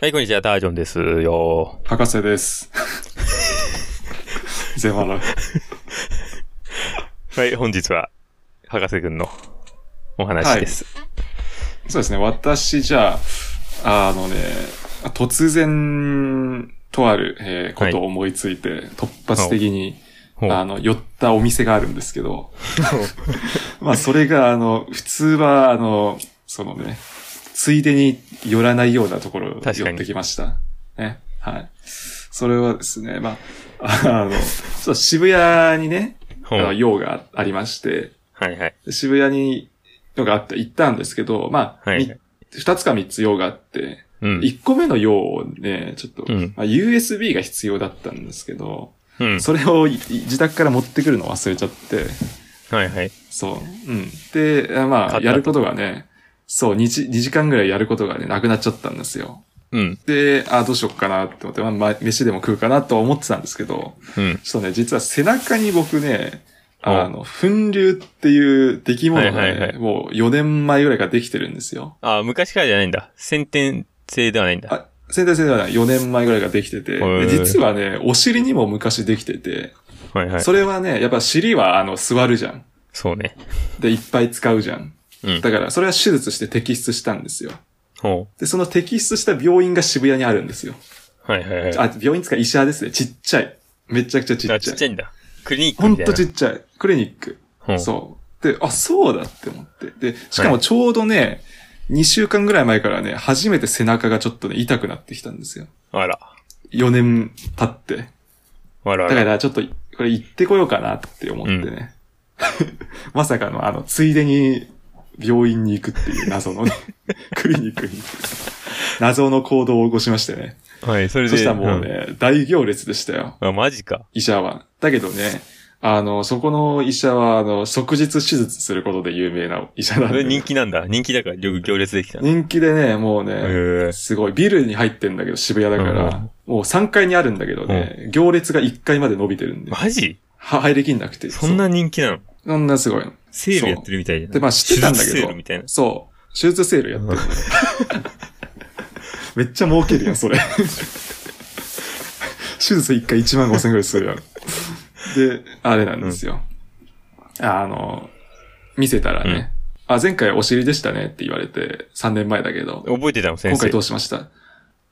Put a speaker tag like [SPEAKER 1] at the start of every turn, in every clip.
[SPEAKER 1] はい、こんにちは、タージョンですよ。
[SPEAKER 2] 博士 です。ゼファラ。
[SPEAKER 1] はい、本日は、博士くんのお話です。
[SPEAKER 2] そうですね。私、じゃあ、あのね、突然、とある、えーことを思いついて、突発的に、
[SPEAKER 1] ほう
[SPEAKER 2] あの、寄ったお店があるんですけど、 まあ、それが、あの、普通は、あの、そのね、ついでに寄らないようなところを寄
[SPEAKER 1] 確かに
[SPEAKER 2] ってきました。ね。はい。それはですね、まあ、あの、そう渋谷にね、
[SPEAKER 1] ほ
[SPEAKER 2] あ
[SPEAKER 1] う
[SPEAKER 2] の用がありまして、
[SPEAKER 1] はいはい。
[SPEAKER 2] 渋谷に、のがあった、行ったんですけど、まあ、
[SPEAKER 1] はい
[SPEAKER 2] み二つか三つ用があって、
[SPEAKER 1] うん。
[SPEAKER 2] 一個目の用をね、ちょっと、
[SPEAKER 1] うん
[SPEAKER 2] まあ、USB が必要だったんですけど、
[SPEAKER 1] うん。
[SPEAKER 2] それをいい自宅から持ってくるの忘れちゃって、
[SPEAKER 1] はいはい。
[SPEAKER 2] そう。うん。で、あ
[SPEAKER 1] 買
[SPEAKER 2] まあ、
[SPEAKER 1] ったと
[SPEAKER 2] やることがね、そう、2時、二時間ぐらいやることがね、なくなっちゃったんですよ。
[SPEAKER 1] うん。
[SPEAKER 2] で、あ、どうしよっかなって思って、まあまあ、飯でも食うかなと思ってたんですけど、
[SPEAKER 1] うん。
[SPEAKER 2] そうね、実は背中に僕ね、
[SPEAKER 1] お
[SPEAKER 2] あの、粉瘤っていう出来物がね、
[SPEAKER 1] はいはいはい
[SPEAKER 2] もう4年前ぐらいからできてるんですよ。
[SPEAKER 1] あ、昔からじゃないんだ。先天性ではないんだ。
[SPEAKER 2] あ、先代先代は4年前ぐらいからできて
[SPEAKER 1] へ
[SPEAKER 2] て、
[SPEAKER 1] え
[SPEAKER 2] で実はね、お尻にも昔できてて、
[SPEAKER 1] はいはい。
[SPEAKER 2] それはね、やっぱ尻はあの、座るじゃん。
[SPEAKER 1] そうね。
[SPEAKER 2] で、いっぱい使うじゃん。
[SPEAKER 1] うん。
[SPEAKER 2] だから、それは手術して摘出したんですよ。
[SPEAKER 1] ほ
[SPEAKER 2] で、その摘出した病院が渋谷にあるんですよ。
[SPEAKER 1] う。はいはいはい。
[SPEAKER 2] あ、病院つか医者ですね。ちっちゃい。めちゃくちゃちっ
[SPEAKER 1] あ
[SPEAKER 2] ち
[SPEAKER 1] ちっ
[SPEAKER 2] ゃ
[SPEAKER 1] ちゃ
[SPEAKER 2] い。
[SPEAKER 1] いんだ。クリニック
[SPEAKER 2] ほ
[SPEAKER 1] み
[SPEAKER 2] ん
[SPEAKER 1] たい
[SPEAKER 2] と
[SPEAKER 1] な。
[SPEAKER 2] ちっちゃい。クリニック。
[SPEAKER 1] ほう
[SPEAKER 2] そう。で、あ、そうだって思って。で、しかもちょうどね、2週間ぐらい前からね、初めて背中がちょっとね、痛くなってきたんですよ。
[SPEAKER 1] あら。
[SPEAKER 2] 4年経って。
[SPEAKER 1] あらあ。
[SPEAKER 2] だかららちょっと、これ行ってこようかなって思ってね。 まさかの、あの、ついでに病院に行くっていう 謎のね、クリニックに行く。謎の行動を起こしましてね。
[SPEAKER 1] はい、それで。
[SPEAKER 2] そしたらもうね、大行列でしたよ。
[SPEAKER 1] うん。あ、マジか。
[SPEAKER 2] 医者は。だけどね、あの、そこの医者は、あの、即日手術することで有名な医者なん
[SPEAKER 1] そ
[SPEAKER 2] で、
[SPEAKER 1] れ人気なんだ。人気だからよく行列できた。へ
[SPEAKER 2] 人気でね、もうね、
[SPEAKER 1] え。
[SPEAKER 2] すごい。ビルに入ってんだけど、渋谷だか
[SPEAKER 1] う
[SPEAKER 2] ら
[SPEAKER 1] ん、
[SPEAKER 2] もう3階にあるんだけどね、行列が1階まで伸びてるんで、は
[SPEAKER 1] マジ
[SPEAKER 2] 入りきんなくて。
[SPEAKER 1] そんな人気なの
[SPEAKER 2] そうそんなすごいの。
[SPEAKER 1] セールやってるみたいじゃん。
[SPEAKER 2] で、まあ知ってたんだけ
[SPEAKER 1] 手術セールみたいな
[SPEAKER 2] ど、。そう、手術セールやってる。 めっちゃ儲けるやん、それ。手術1回1万5千ぐらいするやん。で、あれなんですよ。あの、見せたらね、あ、前回お尻でしたねって言われて、3年前だけど、
[SPEAKER 1] 覚えてたの、先
[SPEAKER 2] 今
[SPEAKER 1] 生
[SPEAKER 2] 回ど。うしました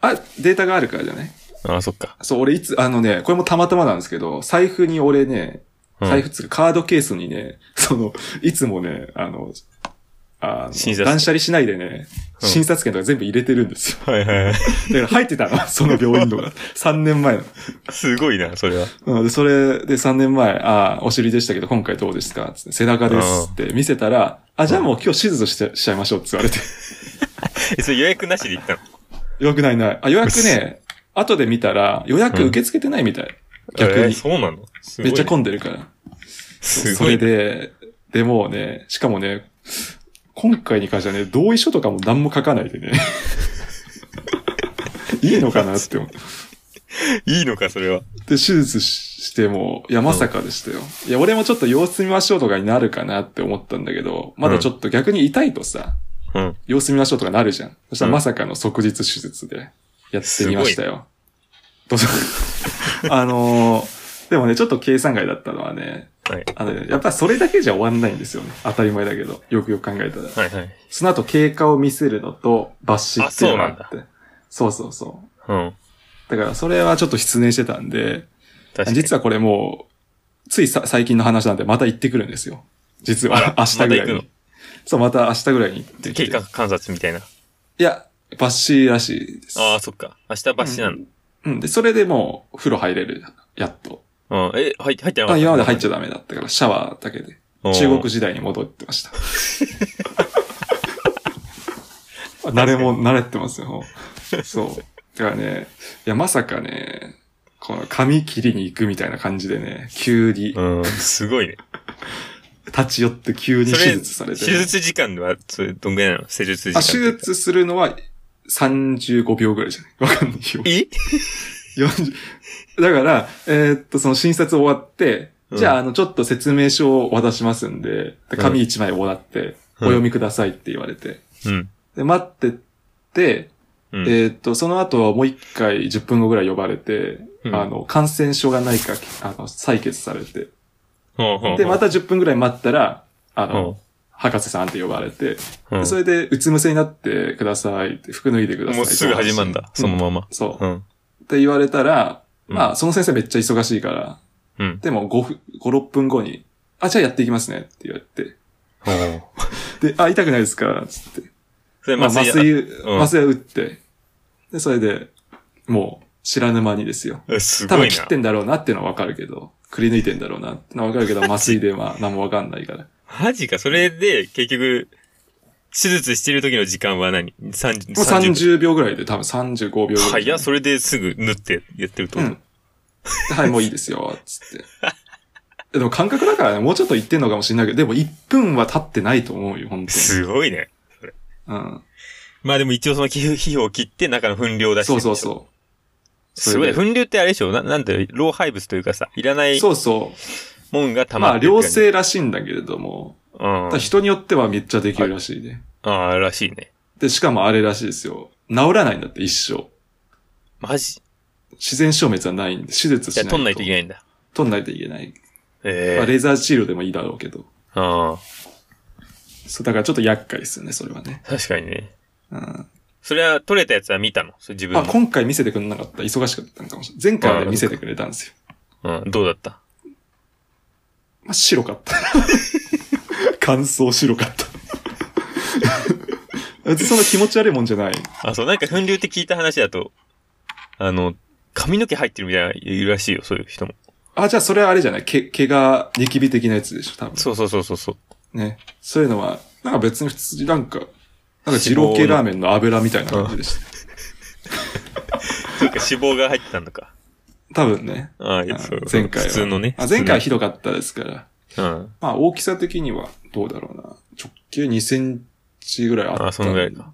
[SPEAKER 2] あ、データがあるからじゃない
[SPEAKER 1] あ、そっか。
[SPEAKER 2] そう、俺いつ、あのね、これもたまたまなんですけど、財布に俺ね、
[SPEAKER 1] うん
[SPEAKER 2] 財布つうかカードケースにね、 その、いつもね、あの、あ
[SPEAKER 1] 診
[SPEAKER 2] の
[SPEAKER 1] 察
[SPEAKER 2] 断捨離しないでね、
[SPEAKER 1] うん
[SPEAKER 2] 診察券とか全部入れてるんですよ。
[SPEAKER 1] はいはい はい。
[SPEAKER 2] だから入ってたの、 その病院のが。3年前の。
[SPEAKER 1] すごいな、それは。
[SPEAKER 2] うん、で、それで3年前、ああ、お尻でしたけど、今回どうですかつって背中ですって見せたら、あ、じゃあもう今日手術してしちゃいましょうって言われ て。
[SPEAKER 1] え、それ予約なしで行ったの
[SPEAKER 2] 予約ないない。あ、予約ね、後で見たら予約受け付けてないみたい。逆
[SPEAKER 1] えー
[SPEAKER 2] に。
[SPEAKER 1] そうなのすごい
[SPEAKER 2] め
[SPEAKER 1] ね。
[SPEAKER 2] っちゃ混んでるから。
[SPEAKER 1] す
[SPEAKER 2] そ
[SPEAKER 1] ごい
[SPEAKER 2] れ
[SPEAKER 1] ね。
[SPEAKER 2] で、でもうね、しかもね、今回に関してはね、同意書とかも何も書かないで ね。いいのかなって思って。
[SPEAKER 1] いいのか、それは。
[SPEAKER 2] で、手術ししても、いや、まさかでしたよ。いや、俺もちょっと様子見ましょうとかになるかなって思ったんだけど、まだちょっと逆に痛いとさ、
[SPEAKER 1] うん。
[SPEAKER 2] 様子見ましょうとかなるじゃん。そしたらまさかの即日手術でやってみましたよ。どうぞ。 あのーでもね、ちょっと計算外だったのはね、
[SPEAKER 1] はい。
[SPEAKER 2] あのね、やっぱりそれだけじゃ終わんないんですよね。当たり前だけど。よくよく考えたら。
[SPEAKER 1] はいはい。
[SPEAKER 2] その後経過を見せるのと、抜歯っていうのがあ
[SPEAKER 1] あ
[SPEAKER 2] って。そうそうそう。
[SPEAKER 1] うん。
[SPEAKER 2] だからそれはちょっと失念してたんで、
[SPEAKER 1] 確かに。
[SPEAKER 2] 実はこれもう、ついさ最近の話なんでまた行ってくるんですよ。実
[SPEAKER 1] あ
[SPEAKER 2] は
[SPEAKER 1] ら
[SPEAKER 2] 明日ぐらい
[SPEAKER 1] また行く
[SPEAKER 2] に。そう、また明日ぐらいに行ってきて
[SPEAKER 1] 経過観察みたいな。
[SPEAKER 2] いや、抜歯らしいです。
[SPEAKER 1] ああ、そっか。明日抜歯なの。
[SPEAKER 2] うん。で、それでもう、風呂入れる。やっと。
[SPEAKER 1] うん。え、入って、入ってなか
[SPEAKER 2] あ
[SPEAKER 1] った。
[SPEAKER 2] 今まで入っちゃダメだったから、シャワーだけで。
[SPEAKER 1] うん
[SPEAKER 2] 中国時代に戻っ てました。慣れも、慣れてますよ。もうそう。だからね、いや、まさかね、この髪切りに行くみたいな感じでね、急に、
[SPEAKER 1] うん。すごいね。
[SPEAKER 2] 立ち寄って急に
[SPEAKER 1] それ、
[SPEAKER 2] 手術されて、
[SPEAKER 1] 手術時間は、それ、どんぐらいなの施術時間
[SPEAKER 2] あ、
[SPEAKER 1] って
[SPEAKER 2] 手
[SPEAKER 1] いうか。
[SPEAKER 2] 術するのは35秒ぐらいじゃないわかんないよ。
[SPEAKER 1] え
[SPEAKER 2] 40だから、えーっと、その診察終わって、
[SPEAKER 1] うん
[SPEAKER 2] じゃあ、あの、ちょっと説明書を渡しますんで、で紙
[SPEAKER 1] うん
[SPEAKER 2] 一枚もらって、お
[SPEAKER 1] うん
[SPEAKER 2] 読みくださいって言われて、
[SPEAKER 1] うん。
[SPEAKER 2] で、待ってって、
[SPEAKER 1] うん
[SPEAKER 2] えーっと、その後もう一回10分後ぐらい呼ばれて、
[SPEAKER 1] うん
[SPEAKER 2] あの、感染症がないか、あの、採血されて。
[SPEAKER 1] ほうほうほう
[SPEAKER 2] で、また10分ぐらい待ったら、あ
[SPEAKER 1] う
[SPEAKER 2] の、
[SPEAKER 1] ん
[SPEAKER 2] 博士さんって呼ばれて、
[SPEAKER 1] うん
[SPEAKER 2] でそれで、うつむせになってくださいって、服脱いでください
[SPEAKER 1] もうすぐ始まるんだ、そのまま。
[SPEAKER 2] そうう。
[SPEAKER 1] ん。
[SPEAKER 2] って言われたら、
[SPEAKER 1] うん
[SPEAKER 2] まあ、その先生めっちゃ忙しいから、
[SPEAKER 1] うん。
[SPEAKER 2] でも5、5、6分後に、あ、じゃあやっていきますねって言われて。
[SPEAKER 1] ほう
[SPEAKER 2] で、あ、痛くないですかつって。
[SPEAKER 1] それ
[SPEAKER 2] まあ、
[SPEAKER 1] 麻
[SPEAKER 2] 麻
[SPEAKER 1] 酔
[SPEAKER 2] 酔、
[SPEAKER 1] うん
[SPEAKER 2] 麻酔打って。で、それで、もう、知らぬ間にですよ。
[SPEAKER 1] えす
[SPEAKER 2] 多
[SPEAKER 1] ごい
[SPEAKER 2] 分
[SPEAKER 1] な
[SPEAKER 2] 切っ。てんだろうなっていうのはわかるけど、くり抜いてんだろうなってのはわかるけ ど、麻酔でまあ、何もわかんないから。
[SPEAKER 1] マジか、それで、結局、手術してる時の時間は何 ?30
[SPEAKER 2] もう
[SPEAKER 1] 30
[SPEAKER 2] 30秒ぐらいで、多分35秒ぐらい。
[SPEAKER 1] 早っ、それですぐ縫ってやってるってこと。
[SPEAKER 2] うん。はい、もういいですよ、つって。 でも感覚だからね、もうちょっと言ってんのかもしれないけど、でも1分は経ってないと思うよ、本当
[SPEAKER 1] すごいね。
[SPEAKER 2] に。うん。
[SPEAKER 1] まあでも一応その皮膚皮膚を切って中の粉量を出して
[SPEAKER 2] そ
[SPEAKER 1] る
[SPEAKER 2] う
[SPEAKER 1] でし
[SPEAKER 2] そ
[SPEAKER 1] ょ
[SPEAKER 2] うそ
[SPEAKER 1] すごい。粉瘤ってあれでしょななんていうの老廃物というかさ、いらな
[SPEAKER 2] う。
[SPEAKER 1] い
[SPEAKER 2] そうそ
[SPEAKER 1] もんが
[SPEAKER 2] う。
[SPEAKER 1] 溜
[SPEAKER 2] ま
[SPEAKER 1] ま
[SPEAKER 2] あ、
[SPEAKER 1] ってる
[SPEAKER 2] 良
[SPEAKER 1] って感じ。
[SPEAKER 2] 性らしいんだけれども、ただ
[SPEAKER 1] うん。
[SPEAKER 2] 人によってはめっちゃできるらしいね。
[SPEAKER 1] ああ、らしいね。
[SPEAKER 2] で、しかもあれらしいですよ。治らないんだって、一生。
[SPEAKER 1] マジ
[SPEAKER 2] 自然消滅はないんで、手術し
[SPEAKER 1] じ
[SPEAKER 2] な
[SPEAKER 1] ゃあ
[SPEAKER 2] いと。
[SPEAKER 1] 取んないといけないんだ。
[SPEAKER 2] 取んないといけない。
[SPEAKER 1] え
[SPEAKER 2] まあ、
[SPEAKER 1] え
[SPEAKER 2] レーザー治療でもいいだろうけど。
[SPEAKER 1] ああ、
[SPEAKER 2] そう、だからちょっと厄介ですよね、それはね。
[SPEAKER 1] 確かにね。
[SPEAKER 2] うん。
[SPEAKER 1] それは取れたやつは見たのそれ自分
[SPEAKER 2] あ、
[SPEAKER 1] の。
[SPEAKER 2] 今回見せてくれなかった。忙しかったのかもしれない。前回はね見せてくれたんですよ。
[SPEAKER 1] うん、どうだった
[SPEAKER 2] まあ、白かった。 感想白かった。 別にそんな気持ち悪いもんじゃない。
[SPEAKER 1] あ、そう、なんか粉瘤って聞いた話だと、あの、髪の毛入ってるみたいな、いるらしいよ、そういう人も。
[SPEAKER 2] あ、じゃあそれはあれじゃないけ、毛がニキビ的なやつでしょ、多分。
[SPEAKER 1] そうそうそうそうそう。
[SPEAKER 2] ね。そういうのは、なんか別に普通になんか、なんか二郎系ラーメンの油みたいな感じでした。
[SPEAKER 1] そうか、脂肪が入ってたのか。
[SPEAKER 2] 多分ね。
[SPEAKER 1] ああ、い
[SPEAKER 2] うん
[SPEAKER 1] やそう。
[SPEAKER 2] 前回は。
[SPEAKER 1] 普通のね。
[SPEAKER 2] あ前回は
[SPEAKER 1] 普
[SPEAKER 2] ひどかったですから。
[SPEAKER 1] 通の。うん。
[SPEAKER 2] まあ大きさ的にはどうだろうな。直径2センチぐらいあったんで。
[SPEAKER 1] あそのぐらいか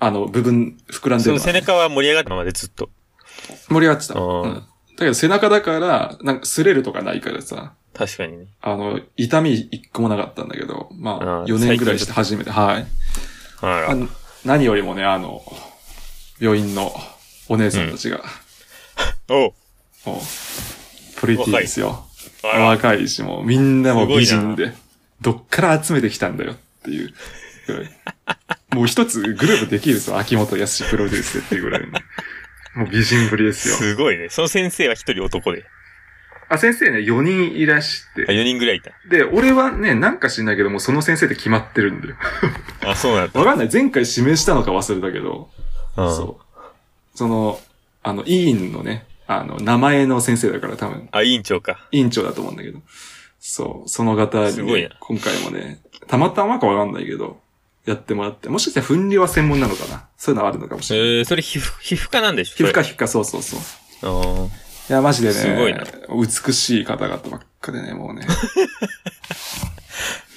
[SPEAKER 2] あの、部分膨らんで
[SPEAKER 1] そ
[SPEAKER 2] る
[SPEAKER 1] の
[SPEAKER 2] のは
[SPEAKER 1] 背中は盛り上がったままでずっと。
[SPEAKER 2] 盛り上がってた。
[SPEAKER 1] あー
[SPEAKER 2] うんだけど背中だから、なんか擦れるとかないからさ、
[SPEAKER 1] 確かにね。
[SPEAKER 2] あの、痛み一個もなかったんだけど、ま
[SPEAKER 1] あ
[SPEAKER 2] あ、
[SPEAKER 1] ー
[SPEAKER 2] 4年ぐらいして初めて、はい。
[SPEAKER 1] あら
[SPEAKER 2] あの何よりもね、あの、病院のお姉さんたちが、
[SPEAKER 1] おう
[SPEAKER 2] もう、プリティですよ。
[SPEAKER 1] あら
[SPEAKER 2] 若いし、もうみんなもう美
[SPEAKER 1] すごいな
[SPEAKER 2] 人で、どっから集めてきたんだよっていうぐらい。もう一つグループできるぞ、秋元康プロデュースでっていうぐらいの。もう美人ぶりですよ。
[SPEAKER 1] すごいね。その先生は一人男で。
[SPEAKER 2] あ、先生ね、4人いらして
[SPEAKER 1] あ、、4人ぐらいいた。
[SPEAKER 2] で、俺はね、なんか知んないけども、その先生って決まってるんだよ。
[SPEAKER 1] あ、そうなんだ。
[SPEAKER 2] わかんない。前回指名したのか忘れたけど、
[SPEAKER 1] うん
[SPEAKER 2] そう。その、あの、委員のね、あの、名前の先生だから多分、
[SPEAKER 1] あ、委員長か。
[SPEAKER 2] 委員長だと思うんだけど、そう、その方
[SPEAKER 1] す
[SPEAKER 2] に
[SPEAKER 1] ごい
[SPEAKER 2] ね、
[SPEAKER 1] な
[SPEAKER 2] 今回もね、たまたまかわかんないけど、やってもらって、もしかしたら粉瘤は専門なのかなそういうのはあるのかもしれない。
[SPEAKER 1] えー、それ皮膚、皮膚科なんでしょ
[SPEAKER 2] 皮膚科皮膚科、そうそうそう。
[SPEAKER 1] それあ
[SPEAKER 2] いや、マジでね、
[SPEAKER 1] すごいな
[SPEAKER 2] 美しい方々ばっかでね、もうね、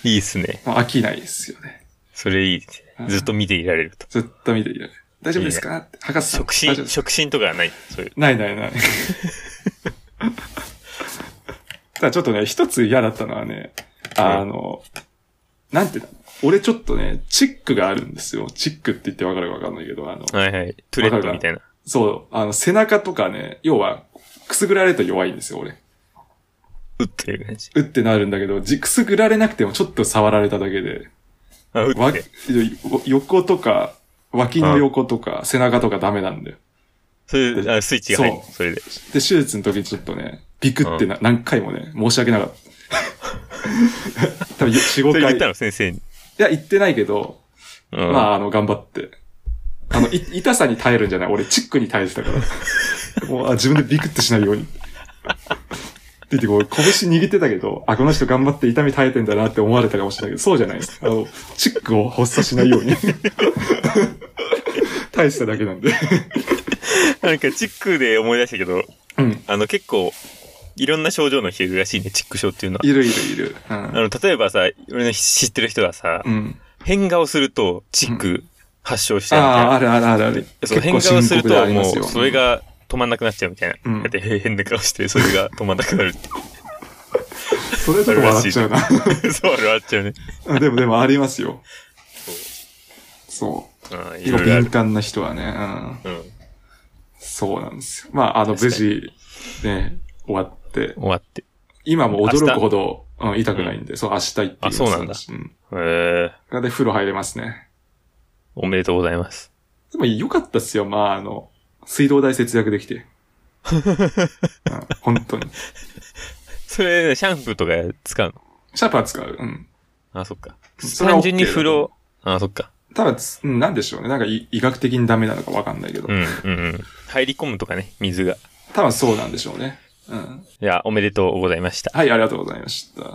[SPEAKER 1] ーいいっすね。
[SPEAKER 2] もう飽きないですよね。
[SPEAKER 1] それいいですね。ずっと見ていられると。
[SPEAKER 2] ずっと見ていられる。大丈夫ですかって。博士さん。
[SPEAKER 1] 触
[SPEAKER 2] 大丈夫
[SPEAKER 1] 診、
[SPEAKER 2] ですか
[SPEAKER 1] 触診とかはない。そういう。
[SPEAKER 2] ないないない。ただちょっとね、一つ嫌だったのはね、あの、なんていうの俺ちょっとね、チックがあるんですよ。チックって言ってわかるかわかんないけど、あの、
[SPEAKER 1] はいはい。トゥレットみたいな。
[SPEAKER 2] そう、あの、背中とかね、要は、くすぐられると弱いんですよ、俺。
[SPEAKER 1] うっていう感じ。
[SPEAKER 2] うってなるんだけど、じくすぐられなくてもちょっと触られただけで、
[SPEAKER 1] あ、う
[SPEAKER 2] わ
[SPEAKER 1] って。
[SPEAKER 2] 横とか、脇の横とか、背中とかダメなんだよ。
[SPEAKER 1] そういう、あ、スイッチが入る。
[SPEAKER 2] そ
[SPEAKER 1] そうれで。
[SPEAKER 2] で、手術の時にちょっとね、ビクってな、何回もね、申し訳なかった。 多分4、
[SPEAKER 1] それ
[SPEAKER 2] 5
[SPEAKER 1] 言
[SPEAKER 2] 回。
[SPEAKER 1] った
[SPEAKER 2] い
[SPEAKER 1] の先生に。
[SPEAKER 2] や、言ってないけど、
[SPEAKER 1] うん
[SPEAKER 2] まあ、あの、頑張って。あの、い痛さに耐えるんじゃない俺、チックに耐えてたから。もうあ、自分でビクってしないように。出てこう、拳握ってたけど、あ、この人頑張って痛み耐えてんだなって思われたかもしれないけど、そうじゃないです。あの、チックを発作しないよう に。 耐えてただけなんで。
[SPEAKER 1] なんかチックで思い出したけど、
[SPEAKER 2] うん。
[SPEAKER 1] あの結構、いろんな症状の人いるらしいね、チック症っていうのは。
[SPEAKER 2] いるいるいる。う
[SPEAKER 1] あ
[SPEAKER 2] ん。
[SPEAKER 1] の、例えばさ、俺の知ってる人はさ、
[SPEAKER 2] うん。
[SPEAKER 1] 変顔するとチック発症したみたい
[SPEAKER 2] ああ、
[SPEAKER 1] な。
[SPEAKER 2] あるあるあるある。
[SPEAKER 1] そう、変
[SPEAKER 2] 結構
[SPEAKER 1] 顔す
[SPEAKER 2] 深
[SPEAKER 1] る
[SPEAKER 2] 刻であ
[SPEAKER 1] と
[SPEAKER 2] りま
[SPEAKER 1] も
[SPEAKER 2] す
[SPEAKER 1] う、
[SPEAKER 2] よ。
[SPEAKER 1] それが止まんなくなっちゃうみたいな。
[SPEAKER 2] うん
[SPEAKER 1] だってへ変な顔して、それが止まんなくなるって。
[SPEAKER 2] それちょっと笑っちゃうな。
[SPEAKER 1] そう、あれはあっちゃうね。
[SPEAKER 2] でもでもありますよ。そう。
[SPEAKER 1] うん、い
[SPEAKER 2] 結
[SPEAKER 1] ろいろあ
[SPEAKER 2] 構敏
[SPEAKER 1] る。
[SPEAKER 2] 感な人はね、う
[SPEAKER 1] う
[SPEAKER 2] ん。
[SPEAKER 1] ん。
[SPEAKER 2] そうなんですよ。まあ、あの、無
[SPEAKER 1] 確か
[SPEAKER 2] 事、ね、終わって、
[SPEAKER 1] 終わって。
[SPEAKER 2] 今も驚く
[SPEAKER 1] 明日
[SPEAKER 2] ほど、うん、痛くないんで、そう、明日行ってきます
[SPEAKER 1] あそうなんだ
[SPEAKER 2] うん。
[SPEAKER 1] えー、
[SPEAKER 2] で、風呂入れますね。
[SPEAKER 1] おめでとうございます。
[SPEAKER 2] でも、良かったっすよ。まあ、あの、水道代節約で きて。うん、本当に。
[SPEAKER 1] それ、シャンプーとか使うの
[SPEAKER 2] シャープは使う。うん。
[SPEAKER 1] あ、そっか。
[SPEAKER 2] それ
[SPEAKER 1] 単
[SPEAKER 2] は OK
[SPEAKER 1] 純に風呂。あ、そっか。
[SPEAKER 2] ただ、つうんなんでしょうね。なんかい医学的にダメなのかわかんないけど。
[SPEAKER 1] うん、うん、うん。入り込むとかね、水が。
[SPEAKER 2] 多分そうなんでしょうね。うん。
[SPEAKER 1] いや、おめでとうございました。
[SPEAKER 2] はい、ありがとうございました。